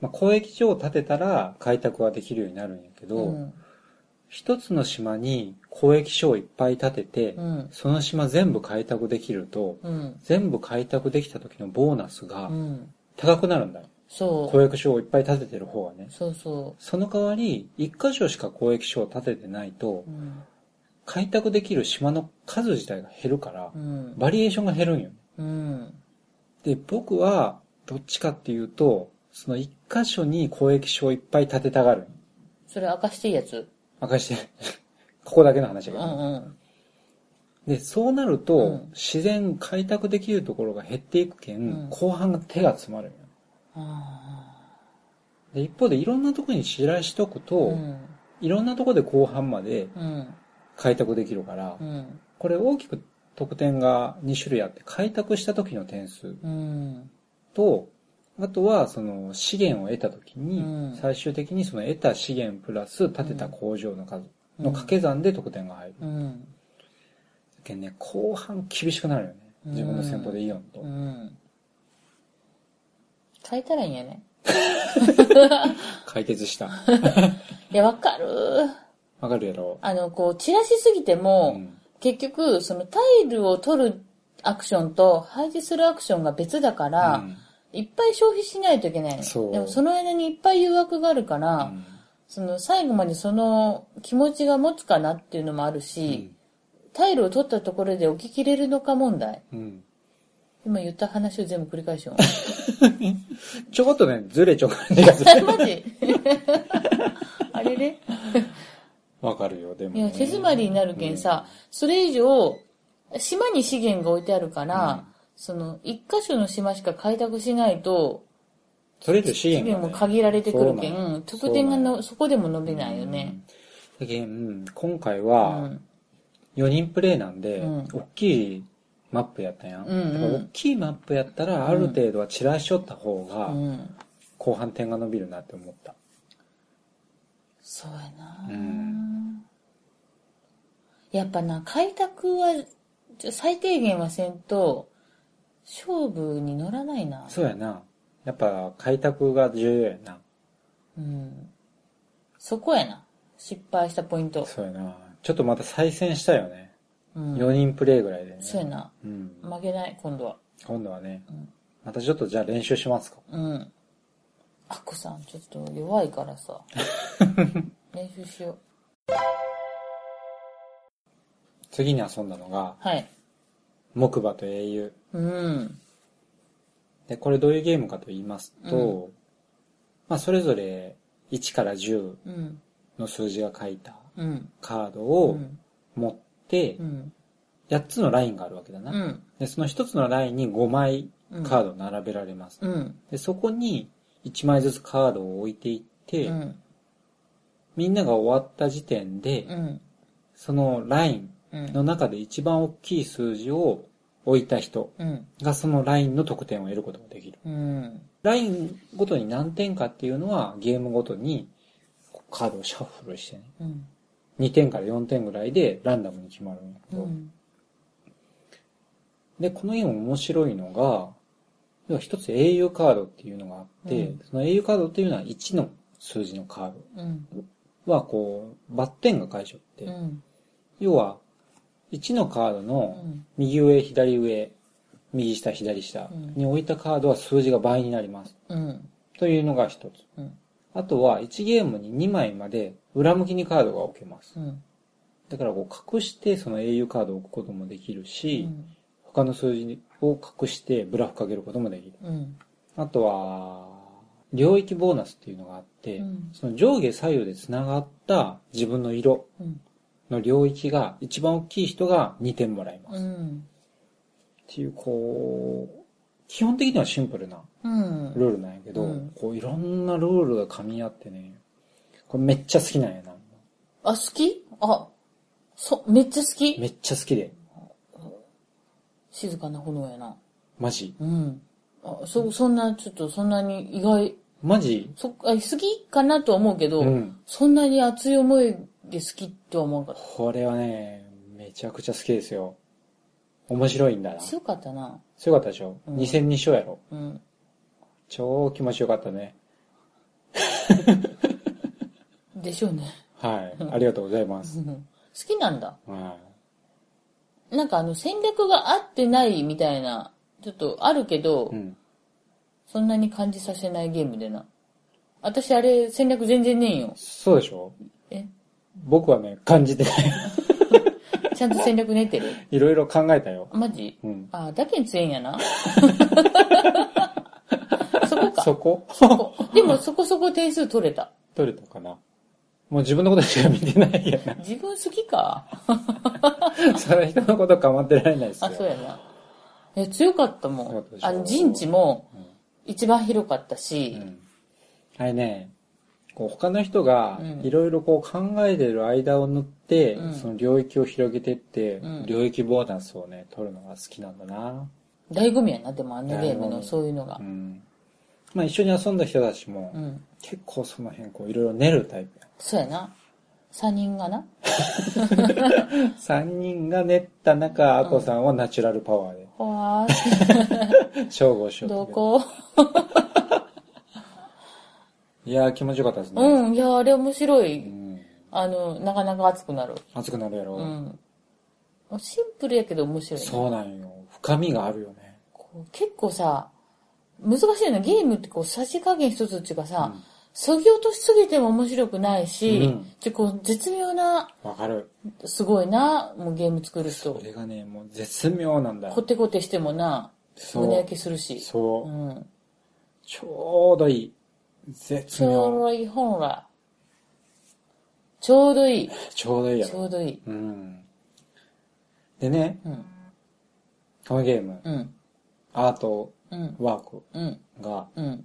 [SPEAKER 1] まあ、交易所を建てたら開拓はできるようになるんやけ
[SPEAKER 2] う
[SPEAKER 1] ど、
[SPEAKER 2] ん。
[SPEAKER 1] 一つの島に交易所をいっぱい建てて、
[SPEAKER 2] うん
[SPEAKER 1] その島全部開拓できると、
[SPEAKER 2] うん。
[SPEAKER 1] 全部開拓できた時のボーナスが
[SPEAKER 2] うん。
[SPEAKER 1] 高くなるんだよ。
[SPEAKER 2] そ
[SPEAKER 1] 交易所をいっぱい建ててる方がね
[SPEAKER 2] う。。そうそ
[SPEAKER 1] その代わり、一箇所しか交易所を建ててないと
[SPEAKER 2] う。う、ん。
[SPEAKER 1] 開拓できる島の数自体が減るから
[SPEAKER 2] う、ん。
[SPEAKER 1] バリエーションが減るんよね。
[SPEAKER 2] うん。
[SPEAKER 1] で、僕は、どっちかっていうと、その一箇所に交易所をいっぱい建てたがる。
[SPEAKER 2] それ明かしていいやつ
[SPEAKER 1] 明かして、 ここだけの話
[SPEAKER 2] う
[SPEAKER 1] だ
[SPEAKER 2] ん
[SPEAKER 1] け
[SPEAKER 2] う
[SPEAKER 1] ど
[SPEAKER 2] ん。
[SPEAKER 1] で、そうなると、
[SPEAKER 2] うん
[SPEAKER 1] 自然開拓できるところが減っていくけん、
[SPEAKER 2] うん
[SPEAKER 1] 後半が手が詰まるんよ。
[SPEAKER 2] あ
[SPEAKER 1] で、一方でいろんなところに知らしとくと、
[SPEAKER 2] あ。うん。
[SPEAKER 1] いろんなところで後半まで
[SPEAKER 2] うん。
[SPEAKER 1] 開拓できるから、
[SPEAKER 2] うん。
[SPEAKER 1] これ大きく得点が2種類あって、開拓した時の点数
[SPEAKER 2] うん。
[SPEAKER 1] と、あとは、その資源を得た時に、
[SPEAKER 2] うん
[SPEAKER 1] 最終的にその得た資源プラス建てた工場の数の掛け算で得点が入る。
[SPEAKER 2] うん。
[SPEAKER 1] だけどね、後半厳しくなるよね。自分の戦法でいいよと。
[SPEAKER 2] うん。書いたらいいんやね。
[SPEAKER 1] 解決した。
[SPEAKER 2] いや、わかる
[SPEAKER 1] わかるやろ。
[SPEAKER 2] あの、こう、散らしすぎても、
[SPEAKER 1] うん
[SPEAKER 2] 結局、そのタイルを取るアクションと配置するアクションが別だから、
[SPEAKER 1] うん
[SPEAKER 2] いっぱい消費しないといけないの
[SPEAKER 1] そう
[SPEAKER 2] でもその間にいっぱい誘惑があるか
[SPEAKER 1] う
[SPEAKER 2] ら、
[SPEAKER 1] ん
[SPEAKER 2] その最後までその気持ちが持つかなっていうのもあるし、タイルを取ったところで置ききれるのか問題。
[SPEAKER 1] うん
[SPEAKER 2] 今言った話を全部繰り返しよう。
[SPEAKER 1] ちょこっとね、ずれちょう感じがする。
[SPEAKER 2] マジあれれ
[SPEAKER 1] わかるよ、でも
[SPEAKER 2] い
[SPEAKER 1] ね、
[SPEAKER 2] や、手詰まりになるけんさ、それ以上、島に資源が置いてあるから、
[SPEAKER 1] うん
[SPEAKER 2] その、一箇所の島しか開拓しないと、
[SPEAKER 1] それ以上資
[SPEAKER 2] 資
[SPEAKER 1] 源
[SPEAKER 2] 源
[SPEAKER 1] がね
[SPEAKER 2] も限られてくるけ
[SPEAKER 1] そうなん
[SPEAKER 2] ん、
[SPEAKER 1] や
[SPEAKER 2] 得点が
[SPEAKER 1] そうなん
[SPEAKER 2] の
[SPEAKER 1] や
[SPEAKER 2] そこでも伸びないよね。
[SPEAKER 1] だけんうん今回
[SPEAKER 2] う
[SPEAKER 1] は、
[SPEAKER 2] ん。
[SPEAKER 1] 4人プレイなんで、
[SPEAKER 2] うん
[SPEAKER 1] 大きいマップやったやん。
[SPEAKER 2] うんうん
[SPEAKER 1] だから大きいマップやったら、ある程度は散らしとった方
[SPEAKER 2] う
[SPEAKER 1] が、
[SPEAKER 2] ん。
[SPEAKER 1] 後半点が伸びるなって思った。
[SPEAKER 2] そうやな、
[SPEAKER 1] う
[SPEAKER 2] やっぱな、開拓は、ちょ最低限はせんと、勝負に乗らないな。
[SPEAKER 1] そうやな。やっぱ開拓が重要やな。
[SPEAKER 2] うん。そこやな。失敗したポイント。
[SPEAKER 1] そうやな。ちょっとまた再戦したよね。
[SPEAKER 2] うん。
[SPEAKER 1] 4人プレイぐらいでね。
[SPEAKER 2] そうやな。
[SPEAKER 1] うん。
[SPEAKER 2] 負けない、今度は。
[SPEAKER 1] 今度はね
[SPEAKER 2] ん。
[SPEAKER 1] またちょっとじゃあ練習しますか。
[SPEAKER 2] うん。アッコさん、ちょっと弱いから さ。練習しよう。
[SPEAKER 1] 次に遊んだのが、
[SPEAKER 2] はい。
[SPEAKER 1] 木馬と英雄。
[SPEAKER 2] うん。
[SPEAKER 1] で、これどういうゲームかと言いますと、まあそれぞれ1から10
[SPEAKER 2] うん。
[SPEAKER 1] の数字が書いた
[SPEAKER 2] うん。
[SPEAKER 1] カード
[SPEAKER 2] う
[SPEAKER 1] を
[SPEAKER 2] ん。
[SPEAKER 1] 持って
[SPEAKER 2] う、ん。
[SPEAKER 1] 8つのラインがあるわけだな。
[SPEAKER 2] うん。
[SPEAKER 1] で、その1つのラインに5枚カードを並べられます。
[SPEAKER 2] うん。
[SPEAKER 1] で、そこに1枚ずつカードを置いていって、
[SPEAKER 2] うん。
[SPEAKER 1] みんなが終わった時点で、
[SPEAKER 2] うん。
[SPEAKER 1] そのライン
[SPEAKER 2] うん。
[SPEAKER 1] の中で一番大きい数字を置いた人
[SPEAKER 2] うん。
[SPEAKER 1] がそのラインの得点を得ることができる。
[SPEAKER 2] うん。
[SPEAKER 1] ラインごとに何点かっていうのはゲームごとにこうカードをシャッフルしてね、
[SPEAKER 2] うん。
[SPEAKER 1] 2点から4点ぐらいでランダムに決まるんだけ
[SPEAKER 2] う
[SPEAKER 1] ど、
[SPEAKER 2] ん。
[SPEAKER 1] で、このゲーム面白いのが、要は一つ英雄カードっていうのがあって、
[SPEAKER 2] うん
[SPEAKER 1] その英雄カードっていうのは1の数字のカー
[SPEAKER 2] うん。
[SPEAKER 1] ドはこう、バッテンが解消って、
[SPEAKER 2] うん。
[SPEAKER 1] 要は1のカード
[SPEAKER 2] う
[SPEAKER 1] の
[SPEAKER 2] ん。
[SPEAKER 1] 右上、左上、右下、左下
[SPEAKER 2] うん
[SPEAKER 1] に置いたカードは数字が倍になります。
[SPEAKER 2] うん。
[SPEAKER 1] というのが一つ。
[SPEAKER 2] うん。
[SPEAKER 1] あとは1ゲームに2枚まで裏向きにカードが置けま
[SPEAKER 2] う
[SPEAKER 1] す。
[SPEAKER 2] ん。
[SPEAKER 1] だからこう隠してその英雄カードを置くこともできるし、他の数字を隠してブラフかけることもできる。
[SPEAKER 2] うん。
[SPEAKER 1] あとは、領域ボーナスっていうのがあって、
[SPEAKER 2] うん
[SPEAKER 1] その上下左右で繋がった自分の色
[SPEAKER 2] うん。
[SPEAKER 1] の領域が一番大きい人が2点もらいます。
[SPEAKER 2] う
[SPEAKER 1] っ
[SPEAKER 2] ん。
[SPEAKER 1] ていう、こう、基本的にはシンプルな
[SPEAKER 2] うん。
[SPEAKER 1] ルールなんやけど、
[SPEAKER 2] うん
[SPEAKER 1] こういろんなルールが噛み合ってね、これめっちゃ好きなんやな。
[SPEAKER 2] あ、好きあ、そ、めっちゃ好き
[SPEAKER 1] めっちゃ好きで。
[SPEAKER 2] 静かな炎やな。
[SPEAKER 1] マジ。
[SPEAKER 2] うん。あ、そ、そんな、ちょっとそんなに意外、
[SPEAKER 1] マジ
[SPEAKER 2] そ、あ、好きかなとは思うけど、
[SPEAKER 1] うん
[SPEAKER 2] そんなに熱い思いで好きとは思わなかっ
[SPEAKER 1] これはね、めちゃくちゃ好きですよ。面白いんだな
[SPEAKER 2] た。。強かったな。
[SPEAKER 1] 強かったでしょ、
[SPEAKER 2] うん
[SPEAKER 1] ?2 戦2勝やろ。
[SPEAKER 2] うん。
[SPEAKER 1] 超気持ちよかったね。
[SPEAKER 2] でしょうね。
[SPEAKER 1] はい。ありがとうございます。
[SPEAKER 2] うん好きなんだ。
[SPEAKER 1] は
[SPEAKER 2] なんかあの戦略が合ってないみたいな、ちょっとあるけど、
[SPEAKER 1] い。うん。
[SPEAKER 2] そんなに感じさせないゲームでな。私あれ戦略全然ねえよ。
[SPEAKER 1] そうでしょ
[SPEAKER 2] え
[SPEAKER 1] 僕はね、感じてない。
[SPEAKER 2] ちゃんと戦略練ってる
[SPEAKER 1] いろいろ考えたよ。
[SPEAKER 2] マジ
[SPEAKER 1] うん。
[SPEAKER 2] あ、だけに強いん やな。そこか。
[SPEAKER 1] そこ
[SPEAKER 2] そこ。でもそこそこ点数取れた。
[SPEAKER 1] 取れたかなもう自分のことしか見てないや
[SPEAKER 2] 自分好きか
[SPEAKER 1] な。 それは人のこと構ってられないですよ。
[SPEAKER 2] あ、そうやな。え、強かったも
[SPEAKER 1] 強か
[SPEAKER 2] ん
[SPEAKER 1] った。でしょ
[SPEAKER 2] あの、陣地も
[SPEAKER 1] うん
[SPEAKER 2] 一番広かったし、
[SPEAKER 1] うんあれね、こう他の人が
[SPEAKER 2] うん
[SPEAKER 1] いろいろこう考えてる間を縫って、
[SPEAKER 2] うん
[SPEAKER 1] その領域を広げてって、
[SPEAKER 2] うん
[SPEAKER 1] 領域ボーナスをね、取るのが好きなんだな。
[SPEAKER 2] 醍醐味やな、でもあのゲーム
[SPEAKER 1] 醍醐
[SPEAKER 2] の
[SPEAKER 1] 味
[SPEAKER 2] そういうのが
[SPEAKER 1] う。ん。まあ一緒に遊んだ人たちも、
[SPEAKER 2] うん。
[SPEAKER 1] 結構その辺こういろいろ練るタイプや。
[SPEAKER 2] そうやな。三人がな。
[SPEAKER 1] 3人が練った中、アコさんはナチュラルパワーで、
[SPEAKER 2] ほわ ーっ
[SPEAKER 1] 勝負をしよ
[SPEAKER 2] て、
[SPEAKER 1] う
[SPEAKER 2] ど
[SPEAKER 1] と
[SPEAKER 2] こ
[SPEAKER 1] いやー気持ちよかったですね。
[SPEAKER 2] うん、いや、あれ面白
[SPEAKER 1] う
[SPEAKER 2] い。
[SPEAKER 1] ん
[SPEAKER 2] あの、なかなか熱くなる。
[SPEAKER 1] 熱くなるやろ。
[SPEAKER 2] うん。シンプルやけど面白いね。
[SPEAKER 1] そうなんよ。深みがあるよね。
[SPEAKER 2] こう結構さ、難しいよね。ゲームってこう、さじ加減一つっていうかさ
[SPEAKER 1] うん、
[SPEAKER 2] 削、ぎ落としすぎても面白くないし、
[SPEAKER 1] うん
[SPEAKER 2] でこう絶妙な、
[SPEAKER 1] わかる。
[SPEAKER 2] すごいな、もうゲーム作る
[SPEAKER 1] そ
[SPEAKER 2] 人。
[SPEAKER 1] れがね、もう絶妙なんだよ
[SPEAKER 2] コ。テコテしてもな、
[SPEAKER 1] そう
[SPEAKER 2] 胸焼けするし。
[SPEAKER 1] そう。
[SPEAKER 2] ん。
[SPEAKER 1] ちょうどいい。絶
[SPEAKER 2] ちょう
[SPEAKER 1] 妙。
[SPEAKER 2] どいい本ら。ちょうどいい。
[SPEAKER 1] ちょうどいいや
[SPEAKER 2] ちょ
[SPEAKER 1] ろ。
[SPEAKER 2] うどいい。
[SPEAKER 1] うん。でね、
[SPEAKER 2] うん。
[SPEAKER 1] このゲーム、
[SPEAKER 2] うん。
[SPEAKER 1] アート
[SPEAKER 2] うん。
[SPEAKER 1] ワーク
[SPEAKER 2] うん。
[SPEAKER 1] が
[SPEAKER 2] うん。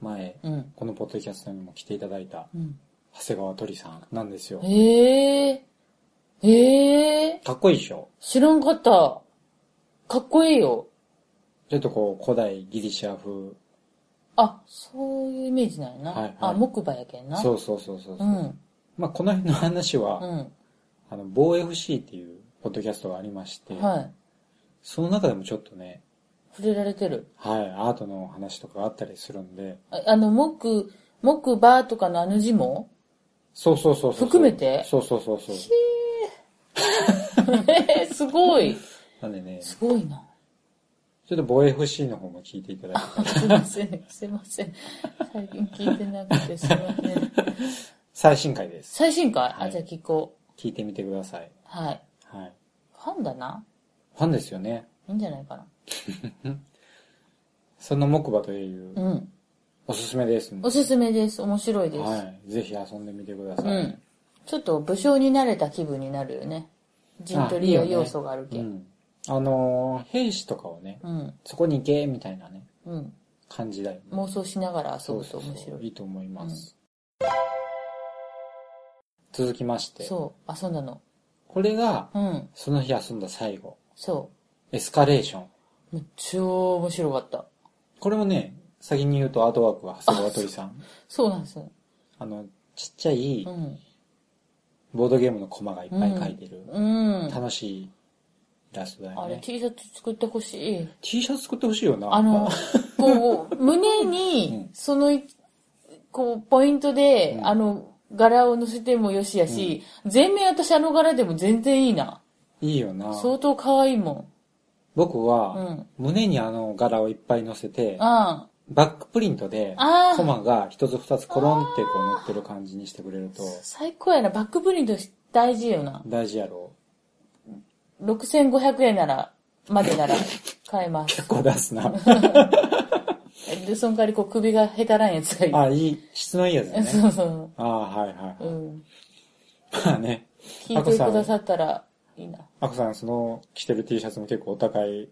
[SPEAKER 1] 前、
[SPEAKER 2] うん。
[SPEAKER 1] このポッドキャストにも来ていただいた
[SPEAKER 2] うん。
[SPEAKER 1] 長谷川鳥さんなんですよ。
[SPEAKER 2] ええー。ええー。
[SPEAKER 1] かっこいいでしょ
[SPEAKER 2] 知らんかった。かっこいいよ。
[SPEAKER 1] ちょっとこう、古代ギリシャ風。
[SPEAKER 2] あ、そういうイメージなんやな。
[SPEAKER 1] はいはい
[SPEAKER 2] あ、木馬やけんな。
[SPEAKER 1] そうそうそうそう。
[SPEAKER 2] うん。
[SPEAKER 1] まあ、この辺の話
[SPEAKER 2] う
[SPEAKER 1] は、
[SPEAKER 2] ん。
[SPEAKER 1] あの、防 FC っていうポッドキャストがありまして、
[SPEAKER 2] はい。
[SPEAKER 1] その中でもちょっとね、
[SPEAKER 2] 触れられてる。
[SPEAKER 1] はい、アートの話とかがあったりするんで、
[SPEAKER 2] ああの、木、木馬とかのあの字も
[SPEAKER 1] そうそうそうそう。
[SPEAKER 2] 含めて
[SPEAKER 1] そうそうそうそう。
[SPEAKER 2] えーすごい。
[SPEAKER 1] なんでね、
[SPEAKER 2] すごいな。
[SPEAKER 1] ちょっと防 FC の方も聞いていただいて、
[SPEAKER 2] すいません、すいません。最近聞いてなくてすいません。
[SPEAKER 1] 最新回です。
[SPEAKER 2] 最新回
[SPEAKER 1] は
[SPEAKER 2] あ、
[SPEAKER 1] い
[SPEAKER 2] じゃあ聞こう。
[SPEAKER 1] 聞いてみてください。
[SPEAKER 2] はい。
[SPEAKER 1] はい。
[SPEAKER 2] ファンだな。
[SPEAKER 1] ファンですよね。
[SPEAKER 2] いいんじゃないかな。
[SPEAKER 1] そんな木馬という、
[SPEAKER 2] うん。
[SPEAKER 1] おすすめですんで
[SPEAKER 2] おすすめです。面白いです。
[SPEAKER 1] はい。ぜひ遊んでみてください。
[SPEAKER 2] うん。ちょっと武将になれた気分になるよね。陣取り
[SPEAKER 1] あ
[SPEAKER 2] や
[SPEAKER 1] いいよね
[SPEAKER 2] 要素があるけ。
[SPEAKER 1] うんん。あのー兵士とかをね、
[SPEAKER 2] うん。
[SPEAKER 1] そこに行け、みたいなね、
[SPEAKER 2] うん。
[SPEAKER 1] 感じだよね。
[SPEAKER 2] 妄想しながら遊
[SPEAKER 1] そう
[SPEAKER 2] ぶと
[SPEAKER 1] そう
[SPEAKER 2] 面
[SPEAKER 1] そ
[SPEAKER 2] 白
[SPEAKER 1] う。
[SPEAKER 2] い。
[SPEAKER 1] いいと思います。続きまして、
[SPEAKER 2] そう、遊んだの。
[SPEAKER 1] これが、
[SPEAKER 2] うん。
[SPEAKER 1] その日遊んだ最後、
[SPEAKER 2] そ
[SPEAKER 1] エスカレーション。
[SPEAKER 2] う。もう超面白かった。
[SPEAKER 1] これもね、先に言うとアートワークは長谷川鳥さん。
[SPEAKER 2] そうなんですよ。
[SPEAKER 1] あの、ちっちゃい
[SPEAKER 2] うん。
[SPEAKER 1] ボードゲームのコマがいっぱい描いてる、
[SPEAKER 2] うん。
[SPEAKER 1] 楽しいイラストだよ
[SPEAKER 2] あれ
[SPEAKER 1] ね。
[SPEAKER 2] T シャツ作ってほしい。
[SPEAKER 1] T シャツ作ってほしいよな。
[SPEAKER 2] あ の、こう、胸
[SPEAKER 1] うん
[SPEAKER 2] に、そのい、こう、ポイントで、
[SPEAKER 1] うん
[SPEAKER 2] あの、柄を乗せてもよしやし、全面私あの柄でも全然いいな。
[SPEAKER 1] いいよな。
[SPEAKER 2] 相当可愛いも
[SPEAKER 1] 僕
[SPEAKER 2] ん。う
[SPEAKER 1] は、
[SPEAKER 2] ん。
[SPEAKER 1] 胸にあの柄をいっぱい乗せて、
[SPEAKER 2] あ
[SPEAKER 1] バックプリントで
[SPEAKER 2] あ、ー
[SPEAKER 1] コマが一つ二つコロンってこう乗ってる感じにしてくれると、
[SPEAKER 2] 最高やな。バックプリントし大事よな。
[SPEAKER 1] 大事やろ
[SPEAKER 2] 6500円なら、まで なら、買えま
[SPEAKER 1] う。
[SPEAKER 2] す。
[SPEAKER 1] 結構出すな。
[SPEAKER 2] で、その代わりこう首がへたらんやつがいい。
[SPEAKER 1] あ、いい、質のいいやつだね。
[SPEAKER 2] そうそ
[SPEAKER 1] ああ、はいは
[SPEAKER 2] う。うん。
[SPEAKER 1] い。まあね。
[SPEAKER 2] 聞いてくださったらいいな。
[SPEAKER 1] アコさん、その着てる T シャツも結構お高い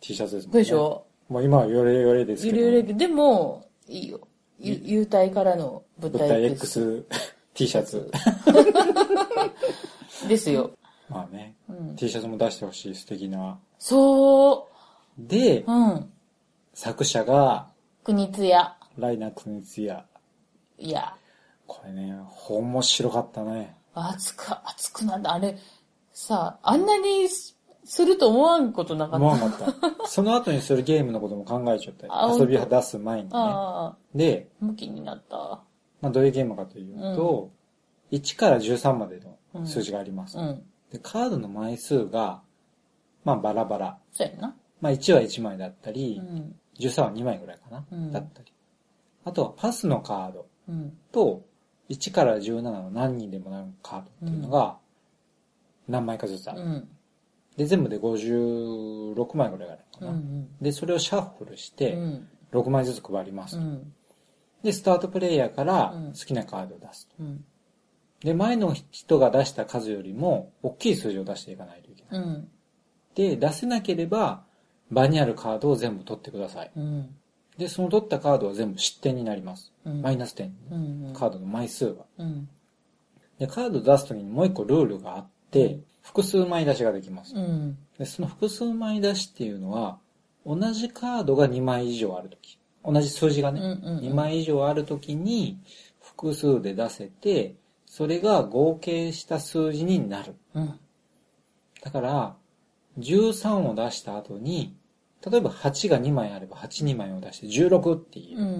[SPEAKER 1] T シャツですもんね。
[SPEAKER 2] でしょ
[SPEAKER 1] もう今はヨレヨレですけ
[SPEAKER 2] ゆ
[SPEAKER 1] ど。
[SPEAKER 2] るゆるでも、いいよ。ゆ幽体からの物
[SPEAKER 1] 物
[SPEAKER 2] 体
[SPEAKER 1] 体
[SPEAKER 2] X。
[SPEAKER 1] X T シャツ。
[SPEAKER 2] ですよ。
[SPEAKER 1] まあね、
[SPEAKER 2] うん
[SPEAKER 1] T シャツも出してほしい、素敵な。
[SPEAKER 2] そ
[SPEAKER 1] で
[SPEAKER 2] う。、うん。
[SPEAKER 1] 作者が、
[SPEAKER 2] 国津屋。
[SPEAKER 1] ライナックスにつや。
[SPEAKER 2] いや。
[SPEAKER 1] これね、面白かったね。
[SPEAKER 2] 熱く、熱くなんだ。あれ、さあ、あんなにすすると思わんことなかっ
[SPEAKER 1] 思わ
[SPEAKER 2] た。
[SPEAKER 1] なかった。 その後にするゲームのことも考えちゃった
[SPEAKER 2] あ
[SPEAKER 1] よ。遊びを出す前にね。
[SPEAKER 2] ああ、
[SPEAKER 1] で、
[SPEAKER 2] 向きになった。
[SPEAKER 1] まあ、どういうゲームかというと、1から13までの数字があります。
[SPEAKER 2] うん。
[SPEAKER 1] でカードの枚数が、まあ、バラバラ。
[SPEAKER 2] そうやんな。
[SPEAKER 1] まあ、1は1枚だった
[SPEAKER 2] う
[SPEAKER 1] り、
[SPEAKER 2] ん。
[SPEAKER 1] 13は2枚ぐらいかな、
[SPEAKER 2] うん
[SPEAKER 1] だったり。あとはパスのカード
[SPEAKER 2] うん。
[SPEAKER 1] と、1から17の何人でもなるカードっていうのが、何枚かずつあ
[SPEAKER 2] う
[SPEAKER 1] る。
[SPEAKER 2] ん。
[SPEAKER 1] で、全部で56枚ぐらいある
[SPEAKER 2] う
[SPEAKER 1] か
[SPEAKER 2] ん。う
[SPEAKER 1] な。
[SPEAKER 2] ん。
[SPEAKER 1] で、それをシャッフルし
[SPEAKER 2] う
[SPEAKER 1] て、
[SPEAKER 2] ん。
[SPEAKER 1] 6枚ずつ配ります。
[SPEAKER 2] うん。
[SPEAKER 1] で、スタートプレイヤーから
[SPEAKER 2] うん
[SPEAKER 1] 好きなカードを出すと。
[SPEAKER 2] うん。
[SPEAKER 1] で、前の人が出した数よりも、大きい数字を出していかないといけない。
[SPEAKER 2] うん。
[SPEAKER 1] で、出せなければ、場にあるカードを全部取ってください。
[SPEAKER 2] うん。
[SPEAKER 1] で、その取ったカードは全部失点になります。
[SPEAKER 2] うん
[SPEAKER 1] マイナス点。
[SPEAKER 2] うん。
[SPEAKER 1] カードの枚数が。
[SPEAKER 2] うん。
[SPEAKER 1] で、カード出すときにもう一個ルールがあって、複数枚出しができます。
[SPEAKER 2] うん。
[SPEAKER 1] で、その複数枚出しっていうのは、同じカードが2枚以上あるとき。同じ数字が
[SPEAKER 2] うん。
[SPEAKER 1] ね、
[SPEAKER 2] うん。
[SPEAKER 1] 2枚以上あるときに、複数で出せて、それが合計した数字になる。
[SPEAKER 2] うん。
[SPEAKER 1] だから、13を出した後に、例えば8が2枚あれば8、2枚を出して16っていう、
[SPEAKER 2] う
[SPEAKER 1] っ
[SPEAKER 2] ん。う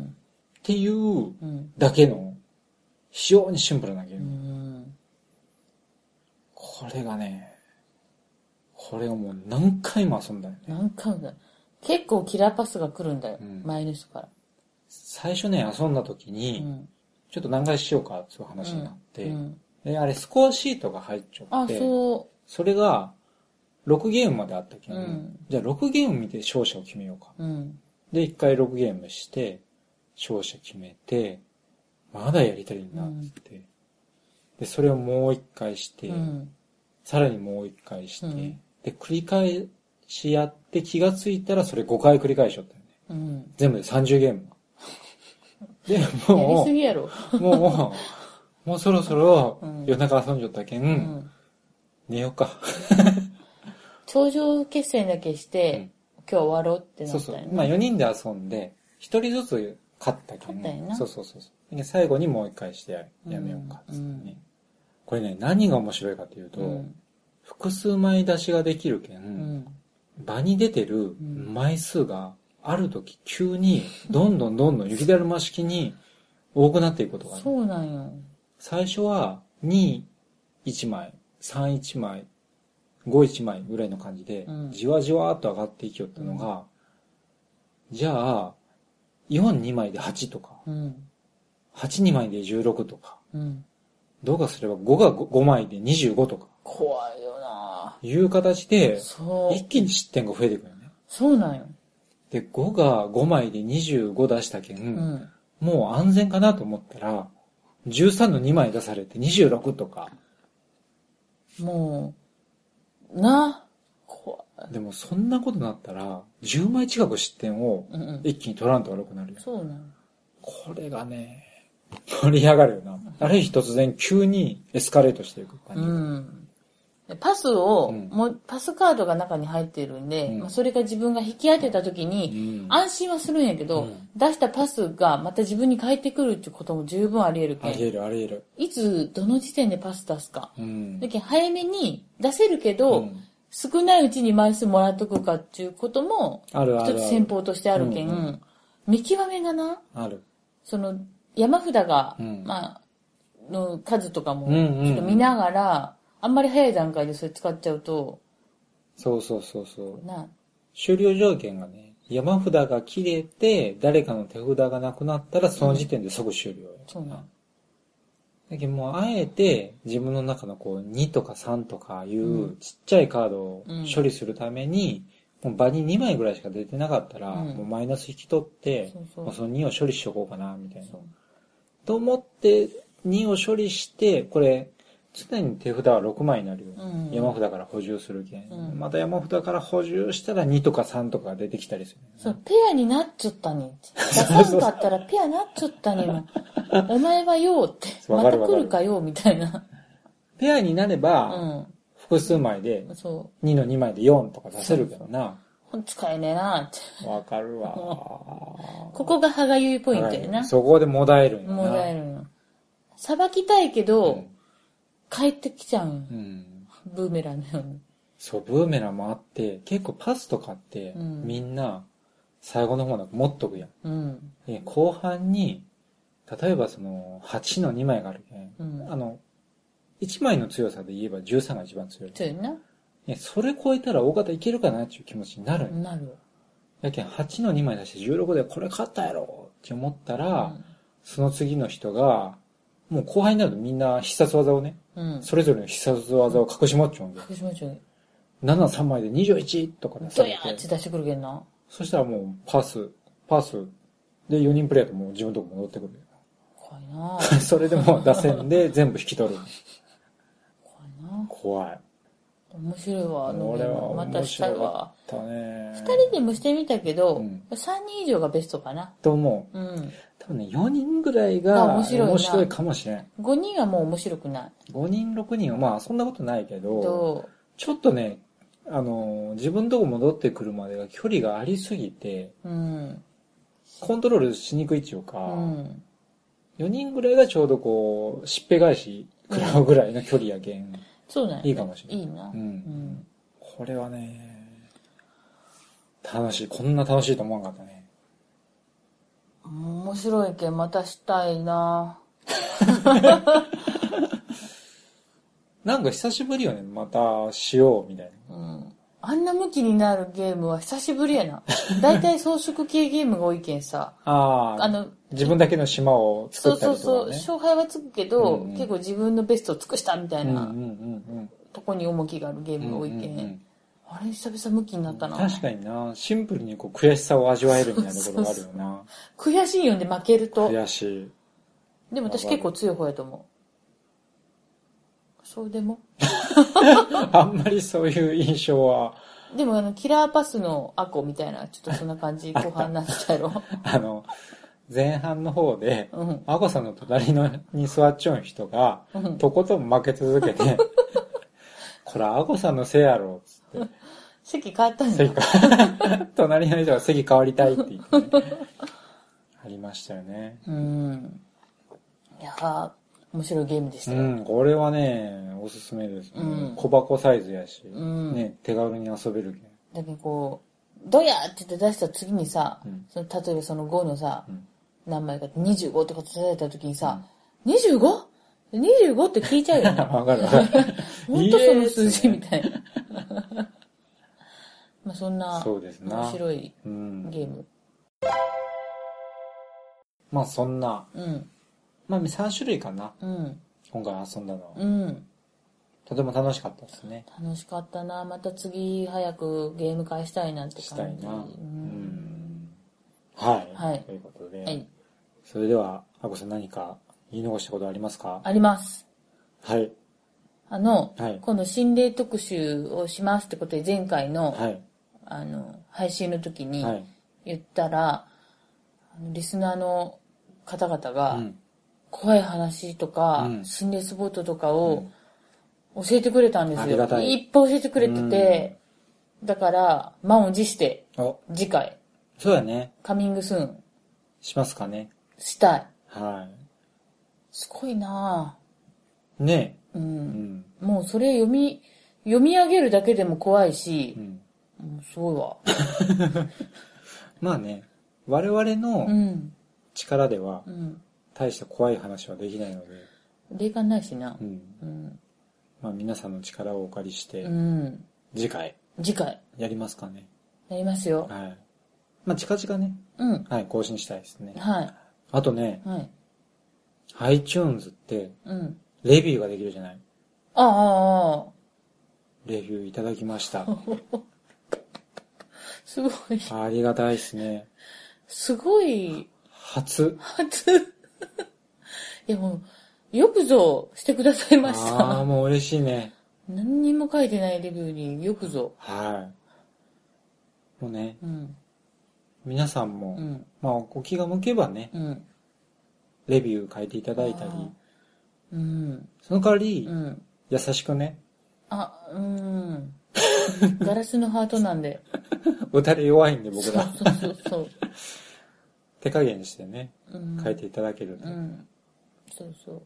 [SPEAKER 2] ん。
[SPEAKER 1] ていう
[SPEAKER 2] うん。
[SPEAKER 1] だけの、非常にシンプルなゲー
[SPEAKER 2] う
[SPEAKER 1] ム。
[SPEAKER 2] ん。
[SPEAKER 1] これがね、これをもう何回も遊んだよね。
[SPEAKER 2] 何回もだ。結構キラーパスが来るんだよ。
[SPEAKER 1] うん
[SPEAKER 2] 前の人から。
[SPEAKER 1] 最初ね、遊んだ時
[SPEAKER 2] う
[SPEAKER 1] に、
[SPEAKER 2] ん。
[SPEAKER 1] ちょっと何回しようかっていう話になって、
[SPEAKER 2] うん。
[SPEAKER 1] で、あれスコアシートが入っちゃ
[SPEAKER 2] あ
[SPEAKER 1] っ、て、
[SPEAKER 2] そ
[SPEAKER 1] それが、6ゲームまであったけど、
[SPEAKER 2] うん
[SPEAKER 1] じゃあ6ゲーム見て勝者を決めようか。
[SPEAKER 2] う。うん。
[SPEAKER 1] で、一回6ゲームして、勝者決めて、まだやりたいなってって、で、それをもう一回して、
[SPEAKER 2] うん。
[SPEAKER 1] さらにもう一回して、
[SPEAKER 2] うん
[SPEAKER 1] で、繰り返しやって気がついたらそれ5回繰り返しちゃったよね。
[SPEAKER 2] うん。
[SPEAKER 1] 全部で30ゲ ーム。で、
[SPEAKER 2] やり
[SPEAKER 1] も
[SPEAKER 2] すぎやろ。
[SPEAKER 1] う、もう、もうそろそろ
[SPEAKER 2] うん
[SPEAKER 1] 夜中遊んじゃったけん、
[SPEAKER 2] うん。
[SPEAKER 1] 寝ようか。
[SPEAKER 2] 頂上決戦だけして、今日終わろうってな
[SPEAKER 1] そ
[SPEAKER 2] っ
[SPEAKER 1] う
[SPEAKER 2] たよ
[SPEAKER 1] そう。まあ
[SPEAKER 2] ね。
[SPEAKER 1] 4人で遊んで、1人ずつ勝ったけ
[SPEAKER 2] 勝ったよ
[SPEAKER 1] ん、
[SPEAKER 2] な
[SPEAKER 1] そうそうそうそう。で最後にもう一回してややめようかっつってね、
[SPEAKER 2] うんうん
[SPEAKER 1] ここれね、何が面白いかというと、
[SPEAKER 2] うん
[SPEAKER 1] 複数枚出しができるけん、
[SPEAKER 2] うん。
[SPEAKER 1] 場に出てる枚数がある時急にどんどんどんどん雪だるま式に多くなっていくことがある。
[SPEAKER 2] そうなんよ。
[SPEAKER 1] 最初は2、1枚、3、1枚、5、1枚ぐらいの感じで
[SPEAKER 2] うん、
[SPEAKER 1] じわじわーっと上がっていきよったのが、じゃあ、4、2枚で8とか、
[SPEAKER 2] うん。
[SPEAKER 1] 8、2枚で16とか、
[SPEAKER 2] うん。
[SPEAKER 1] どうかすれば5が 5, 枚で25とか、
[SPEAKER 2] 怖いよな
[SPEAKER 1] いう形で、
[SPEAKER 2] そう
[SPEAKER 1] 一。気に失点が増えていくよね。
[SPEAKER 2] そうなんよ。
[SPEAKER 1] で、5が5枚で25出したけん、
[SPEAKER 2] うん。
[SPEAKER 1] もう安全かなと思ったら、13の2枚出されて26とか。
[SPEAKER 2] もう、な怖い。
[SPEAKER 1] でもそんなことなったら、10枚近く失点を
[SPEAKER 2] うんうん。
[SPEAKER 1] 一気に取らんと悪くなるよ。
[SPEAKER 2] そうなんよ。
[SPEAKER 1] これがね、盛り上がるよな。ある日突然急にエスカレートしていく感じ。
[SPEAKER 2] うん。でパスを、
[SPEAKER 1] うん
[SPEAKER 2] もうパスカードが中に入ってるんで、
[SPEAKER 1] うん
[SPEAKER 2] まあ、それが自分が引き当てた時に、
[SPEAKER 1] うん
[SPEAKER 2] 安心はするんやけど、
[SPEAKER 1] うん
[SPEAKER 2] 出したパスがまた自分に返ってくるってことも十分あり得る
[SPEAKER 1] あ
[SPEAKER 2] け
[SPEAKER 1] り
[SPEAKER 2] ん、
[SPEAKER 1] 得るあり得る。
[SPEAKER 2] いつ、どの時点でパス出すか。
[SPEAKER 1] うん
[SPEAKER 2] だ。けん早めに出せるけど、
[SPEAKER 1] うん
[SPEAKER 2] 少ないうちに枚数もらっとくかっていうことも、
[SPEAKER 1] あるあ
[SPEAKER 2] 一
[SPEAKER 1] る
[SPEAKER 2] つ
[SPEAKER 1] あ
[SPEAKER 2] 戦
[SPEAKER 1] る。
[SPEAKER 2] 法としてあるけん、
[SPEAKER 1] うんう
[SPEAKER 2] 見極めがな、
[SPEAKER 1] ある。
[SPEAKER 2] その、山札が、
[SPEAKER 1] うん
[SPEAKER 2] まあ、の数とかも、
[SPEAKER 1] うんうんうん
[SPEAKER 2] ちょっと見ながら、あんまり早い段階でそれ使っちゃうと、
[SPEAKER 1] そうそうそうそう。
[SPEAKER 2] な、
[SPEAKER 1] 終了条件がね、山札が切れて、誰かの手札がなくなったら、その時点で即終了や、
[SPEAKER 2] そうなん。
[SPEAKER 1] だけどもう、あえて、自分の中のこう、2とか3とかいうう、ちっちゃいカードを
[SPEAKER 2] うん
[SPEAKER 1] 処理するために、もう場に2枚ぐらいしか出てなかったら、
[SPEAKER 2] うん
[SPEAKER 1] もうマイナス引き取って、
[SPEAKER 2] そうそう
[SPEAKER 1] もうその2を処理しとこうかな、みたいな
[SPEAKER 2] そ。う。
[SPEAKER 1] と思って、2を処理して、これ、常に手札は6枚になるよ。
[SPEAKER 2] うん
[SPEAKER 1] 山札から補充するけん。
[SPEAKER 2] うん
[SPEAKER 1] また山札から補充したら2とか3とかが出てきたりする、
[SPEAKER 2] そう、ペアになっちゃったにん。出さんか ったらペアなっちゃったにん。お前はようって。
[SPEAKER 1] わ
[SPEAKER 2] また
[SPEAKER 1] かるわか
[SPEAKER 2] 来
[SPEAKER 1] る
[SPEAKER 2] るかよ、みたいな。
[SPEAKER 1] ペアになれば、
[SPEAKER 2] う
[SPEAKER 1] 複数枚で、
[SPEAKER 2] ん。そ
[SPEAKER 1] 2の2枚で4とか出せるけどな。
[SPEAKER 2] う。ほん使えねえなって。
[SPEAKER 1] わかるわ。
[SPEAKER 2] ここが歯がゆいポイントや
[SPEAKER 1] は
[SPEAKER 2] な。
[SPEAKER 1] いそこでもだえるんやな。
[SPEAKER 2] もうだえるの。さばきたいけど、帰ってきちゃうん
[SPEAKER 1] う
[SPEAKER 2] よ。
[SPEAKER 1] ん。
[SPEAKER 2] ブーメランのように。
[SPEAKER 1] そう、ブーメランもあって、結構パスとかって、
[SPEAKER 2] うん
[SPEAKER 1] みんな、最後の方なんか持っとくやん。
[SPEAKER 2] うん。
[SPEAKER 1] で後半に、例えばその、8の2枚があるけん。
[SPEAKER 2] うん
[SPEAKER 1] あの、1枚の強さで言えば13が一番強い。
[SPEAKER 2] そうやな。
[SPEAKER 1] ねそれ超えたら大型いけるかなっていう気持ちになるんよ。
[SPEAKER 2] なるよ。
[SPEAKER 1] やけん8の2枚出して16でこれ勝ったやろって思ったら、その次の人が、もう後輩になるとみんな必殺技をね、
[SPEAKER 2] うん。
[SPEAKER 1] それぞれの必殺技を隠し持っちゃうんで、
[SPEAKER 2] 福島町に、
[SPEAKER 1] 73枚で21とか出さ
[SPEAKER 2] ド
[SPEAKER 1] れ
[SPEAKER 2] ヤーって
[SPEAKER 1] て、
[SPEAKER 2] 出してくるけんな。
[SPEAKER 1] そしたらもうパス、パス、で4人プレイヤーともう自分のとこ戻ってくるよ。
[SPEAKER 2] 怖いな
[SPEAKER 1] それで も打線で全部引き取る。
[SPEAKER 2] 怖いな
[SPEAKER 1] 怖い。
[SPEAKER 2] 面白いわ、あの
[SPEAKER 1] こ
[SPEAKER 2] ゲ
[SPEAKER 1] れ
[SPEAKER 2] ー
[SPEAKER 1] は
[SPEAKER 2] ム。また
[SPEAKER 1] 面
[SPEAKER 2] した
[SPEAKER 1] 白
[SPEAKER 2] い
[SPEAKER 1] か
[SPEAKER 2] わ。
[SPEAKER 1] ったね。
[SPEAKER 2] 二人でもしてみたけど、
[SPEAKER 1] うん
[SPEAKER 2] 三人以上がベストかな。
[SPEAKER 1] と思う。
[SPEAKER 2] うん。
[SPEAKER 1] 多分ね、4人ぐらい
[SPEAKER 2] あ
[SPEAKER 1] が
[SPEAKER 2] 面白いな
[SPEAKER 1] 面白いかもしれん。
[SPEAKER 2] 五人はもう面白くない。
[SPEAKER 1] 5人、6人はまあそんなことないけど、
[SPEAKER 2] ど
[SPEAKER 1] ちょっとね、あのー、自分のとこ戻ってくるまでが距離がありすぎて、
[SPEAKER 2] ううん。
[SPEAKER 1] コントロールしにくいっていうか、
[SPEAKER 2] うん。
[SPEAKER 1] 4人ぐらいがちょうどこう、しっぺ返し食らうぐらいの距離やけん。
[SPEAKER 2] そうだよ、ね。
[SPEAKER 1] いいかもしれない
[SPEAKER 2] いいな。
[SPEAKER 1] うん
[SPEAKER 2] うん。
[SPEAKER 1] これはね、楽しい。こんな楽しいと思わなかったね。
[SPEAKER 2] 面白いけん、またしたいな
[SPEAKER 1] なんか久しぶりよね。またしよう、みたいな。
[SPEAKER 2] うん。あんな向きになるゲームは久しぶりやな。 だいたい装飾系ゲームが多いけんさ。
[SPEAKER 1] ああ、
[SPEAKER 2] あの、
[SPEAKER 1] 自分だけの島を
[SPEAKER 2] そ
[SPEAKER 1] 作
[SPEAKER 2] う
[SPEAKER 1] った
[SPEAKER 2] そう
[SPEAKER 1] りと
[SPEAKER 2] そ
[SPEAKER 1] か
[SPEAKER 2] う、
[SPEAKER 1] ね。
[SPEAKER 2] 勝敗はつくけど、
[SPEAKER 1] うんうん
[SPEAKER 2] 結構自分のベストを尽くしたみたい
[SPEAKER 1] うんうん
[SPEAKER 2] な
[SPEAKER 1] うん
[SPEAKER 2] とこに重きがあるゲー
[SPEAKER 1] うん。
[SPEAKER 2] ムが多いけん。
[SPEAKER 1] うんうん
[SPEAKER 2] あれ、久々向きになった
[SPEAKER 1] うん
[SPEAKER 2] な。
[SPEAKER 1] 確かにな、シンプルにこう悔しさを味わえるみたいなところがあるよな。
[SPEAKER 2] 悔しいよね、負けると。
[SPEAKER 1] 悔しい。
[SPEAKER 2] でも私結構強い方やと思う。そうでも
[SPEAKER 1] あんまりそういう印象は、
[SPEAKER 2] でもあの、キラーパスのアコみたいな、ちょっとそんな感じ、後半になってたやろ。
[SPEAKER 1] あの、前半の方で、
[SPEAKER 2] うん。
[SPEAKER 1] アコさんの隣のに座っちょん人が、
[SPEAKER 2] うん
[SPEAKER 1] とことん負け続け て、これアコさんのせいやろ、つって。
[SPEAKER 2] 席変わったんだ
[SPEAKER 1] 席 か隣の人が席変わりたいって言ってね、ありましたよね。
[SPEAKER 2] うん。いやー面白いゲームでした
[SPEAKER 1] う
[SPEAKER 2] よ。
[SPEAKER 1] ん、これはね、おすすめです。
[SPEAKER 2] うん
[SPEAKER 1] 小箱サイズやし、
[SPEAKER 2] うん
[SPEAKER 1] ね、手軽に遊べるけん。
[SPEAKER 2] だけどこう、ドヤーって言って出した次にさ、
[SPEAKER 1] うん
[SPEAKER 2] その例えばその5のさ、
[SPEAKER 1] ん
[SPEAKER 2] 何枚か25ってことされた時にさ、25?25 25って聞いちゃうよ ね。
[SPEAKER 1] わかるわかる。
[SPEAKER 2] 本当その数字みたいな。 ま あそんな、
[SPEAKER 1] そうですな
[SPEAKER 2] 面白い
[SPEAKER 1] うん。
[SPEAKER 2] ゲーム。
[SPEAKER 1] まあそんな、
[SPEAKER 2] うん、
[SPEAKER 1] まあ3種類かな。
[SPEAKER 2] うん、
[SPEAKER 1] 今回遊んだのは。
[SPEAKER 2] うん。
[SPEAKER 1] とても楽しかったですね。
[SPEAKER 2] 楽しかったな。また次早くゲーム会したいなって
[SPEAKER 1] した
[SPEAKER 2] 感
[SPEAKER 1] い
[SPEAKER 2] じ。
[SPEAKER 1] な。う
[SPEAKER 2] うん
[SPEAKER 1] ん。はい。
[SPEAKER 2] はい
[SPEAKER 1] ということで、
[SPEAKER 2] はい。
[SPEAKER 1] それでは、あこさん何か言い残したことありますか
[SPEAKER 2] あります。
[SPEAKER 1] はい。
[SPEAKER 2] あの、
[SPEAKER 1] はい
[SPEAKER 2] 今度心霊特集をしますってことで前回の、
[SPEAKER 1] はい。
[SPEAKER 2] あの、配信の時に
[SPEAKER 1] はい。
[SPEAKER 2] 言ったら、あのリスナーの方々
[SPEAKER 1] う
[SPEAKER 2] が
[SPEAKER 1] ん。
[SPEAKER 2] 怖い話とか、
[SPEAKER 1] うん
[SPEAKER 2] 心霊スポットとかを教えてくれたんですよ。
[SPEAKER 1] ありがたい
[SPEAKER 2] っぱい教えてくれてて、だから、満を持して
[SPEAKER 1] お、
[SPEAKER 2] 次回、
[SPEAKER 1] そうやね。
[SPEAKER 2] カミングスーン
[SPEAKER 1] しますかね。
[SPEAKER 2] したい。
[SPEAKER 1] は
[SPEAKER 2] すごいなぁ。
[SPEAKER 1] い。ね
[SPEAKER 2] う。
[SPEAKER 1] え。うんん。
[SPEAKER 2] もうそれ読み、読み上げるだけでも怖いし
[SPEAKER 1] う、ん。
[SPEAKER 2] もうすごいわ。
[SPEAKER 1] まあね、我々
[SPEAKER 2] う
[SPEAKER 1] の
[SPEAKER 2] ん。
[SPEAKER 1] 力では
[SPEAKER 2] う、ん。
[SPEAKER 1] 大した怖い話はできないので、
[SPEAKER 2] 霊感ないしな
[SPEAKER 1] う。ん。
[SPEAKER 2] うん。
[SPEAKER 1] まあ皆さんの力をお借りして
[SPEAKER 2] う、ん。
[SPEAKER 1] 次回
[SPEAKER 2] 次回、
[SPEAKER 1] やりますかね。
[SPEAKER 2] やりますよ。
[SPEAKER 1] はい。まあ近々ね、
[SPEAKER 2] うん。
[SPEAKER 1] はい、更新したいですね。
[SPEAKER 2] は
[SPEAKER 1] あとね
[SPEAKER 2] い。、はい。
[SPEAKER 1] iTunes って、
[SPEAKER 2] うん。
[SPEAKER 1] レビューができるじゃない
[SPEAKER 2] ああああ、
[SPEAKER 1] レビューいただきました。
[SPEAKER 2] すごい。
[SPEAKER 1] ありがたいですね。
[SPEAKER 2] すごい、
[SPEAKER 1] 初。
[SPEAKER 2] 初。いやもう、よくぞしてくださいまし
[SPEAKER 1] ああ、
[SPEAKER 2] た。
[SPEAKER 1] もう嬉しいね。
[SPEAKER 2] 何にも書いてないレビューによくぞ。
[SPEAKER 1] はい。もうね、
[SPEAKER 2] うん。
[SPEAKER 1] 皆さ
[SPEAKER 2] う
[SPEAKER 1] んも、
[SPEAKER 2] ん。
[SPEAKER 1] まあ、お気が向けばね、
[SPEAKER 2] うん。
[SPEAKER 1] レビュー書いていただいたり
[SPEAKER 2] あ、ーうん。
[SPEAKER 1] その代わり
[SPEAKER 2] う、ん。
[SPEAKER 1] 優しくね、
[SPEAKER 2] あ、うん。ガラスのハートなんで。
[SPEAKER 1] 打たれ弱いんで僕
[SPEAKER 2] そう
[SPEAKER 1] ら、
[SPEAKER 2] そうそう。
[SPEAKER 1] 手加減してね、
[SPEAKER 2] うん
[SPEAKER 1] 書いていただけると。
[SPEAKER 2] うん。そうそう。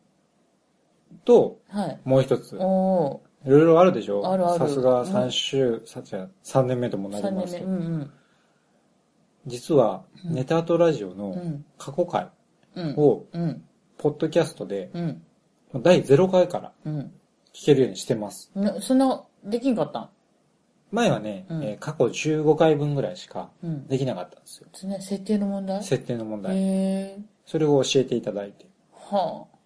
[SPEAKER 1] と、
[SPEAKER 2] はい。
[SPEAKER 1] もう一つ、
[SPEAKER 2] お
[SPEAKER 1] いろいろあるでしょ
[SPEAKER 2] あるある
[SPEAKER 1] さすが3週、さじゃ3年目とも
[SPEAKER 2] お、
[SPEAKER 1] なり
[SPEAKER 2] 3
[SPEAKER 1] ま
[SPEAKER 2] 年
[SPEAKER 1] す
[SPEAKER 2] 目。
[SPEAKER 1] け
[SPEAKER 2] う
[SPEAKER 1] ど。
[SPEAKER 2] ん
[SPEAKER 1] 実は、ネタとラジオ
[SPEAKER 2] う
[SPEAKER 1] の
[SPEAKER 2] ん
[SPEAKER 1] 過去回
[SPEAKER 2] うん。うん。
[SPEAKER 1] を、
[SPEAKER 2] うん。
[SPEAKER 1] ポッドキャストで、
[SPEAKER 2] うん。
[SPEAKER 1] 第0回から
[SPEAKER 2] うん。
[SPEAKER 1] 聞けるようにしてます。
[SPEAKER 2] なそんな、できんかったん
[SPEAKER 1] 前はね、
[SPEAKER 2] うん
[SPEAKER 1] えー過去15回分ぐらいしか
[SPEAKER 2] うん
[SPEAKER 1] できなかったんですよ。
[SPEAKER 2] そんな設定の問題
[SPEAKER 1] 設定の問題。
[SPEAKER 2] へえ。
[SPEAKER 1] それを教えていただいて。
[SPEAKER 2] はあ。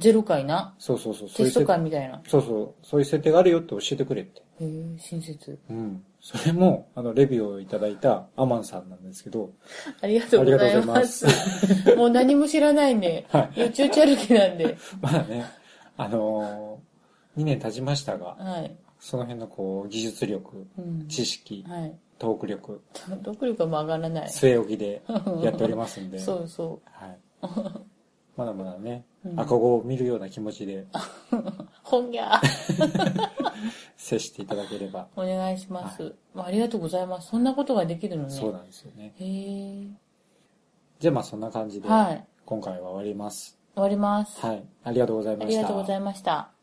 [SPEAKER 2] ゼロ回な。
[SPEAKER 1] そうそうそう。そう
[SPEAKER 2] テ
[SPEAKER 1] いう
[SPEAKER 2] スト
[SPEAKER 1] 設
[SPEAKER 2] 回みたいな。
[SPEAKER 1] そうそう。そういう設定があるよって教えてくれって。
[SPEAKER 2] へえ、親切。
[SPEAKER 1] うん。それも、あの、レビューをいただいたアマンさんなんですけど、
[SPEAKER 2] ありがとうございます。
[SPEAKER 1] あ り
[SPEAKER 2] もう何も知らないんで、
[SPEAKER 1] はい
[SPEAKER 2] よちよち歩きなんで。
[SPEAKER 1] まだね、あのー、2年経ちましたが、
[SPEAKER 2] はい。
[SPEAKER 1] その辺のこう、技術力、
[SPEAKER 2] うん。
[SPEAKER 1] 知識、
[SPEAKER 2] はい。
[SPEAKER 1] トーク力、
[SPEAKER 2] 読力も上がらない。
[SPEAKER 1] 据え置き でやっておりますんで、
[SPEAKER 2] そうそ
[SPEAKER 1] はい。まだまだね、
[SPEAKER 2] うん
[SPEAKER 1] 赤子を見るような気持ちで
[SPEAKER 2] う。ほんぎゃー。
[SPEAKER 1] 接していただければ、
[SPEAKER 2] お願いします、
[SPEAKER 1] は
[SPEAKER 2] まあ。ありがとうございます。そんなことができるのね。
[SPEAKER 1] そうなんですよね。
[SPEAKER 2] へえ。
[SPEAKER 1] じゃあまあそんな感じで、
[SPEAKER 2] はい
[SPEAKER 1] 今回は終わります。
[SPEAKER 2] 終わります。
[SPEAKER 1] はい。ありがとうございま
[SPEAKER 2] あ
[SPEAKER 1] した。
[SPEAKER 2] りがとうございました。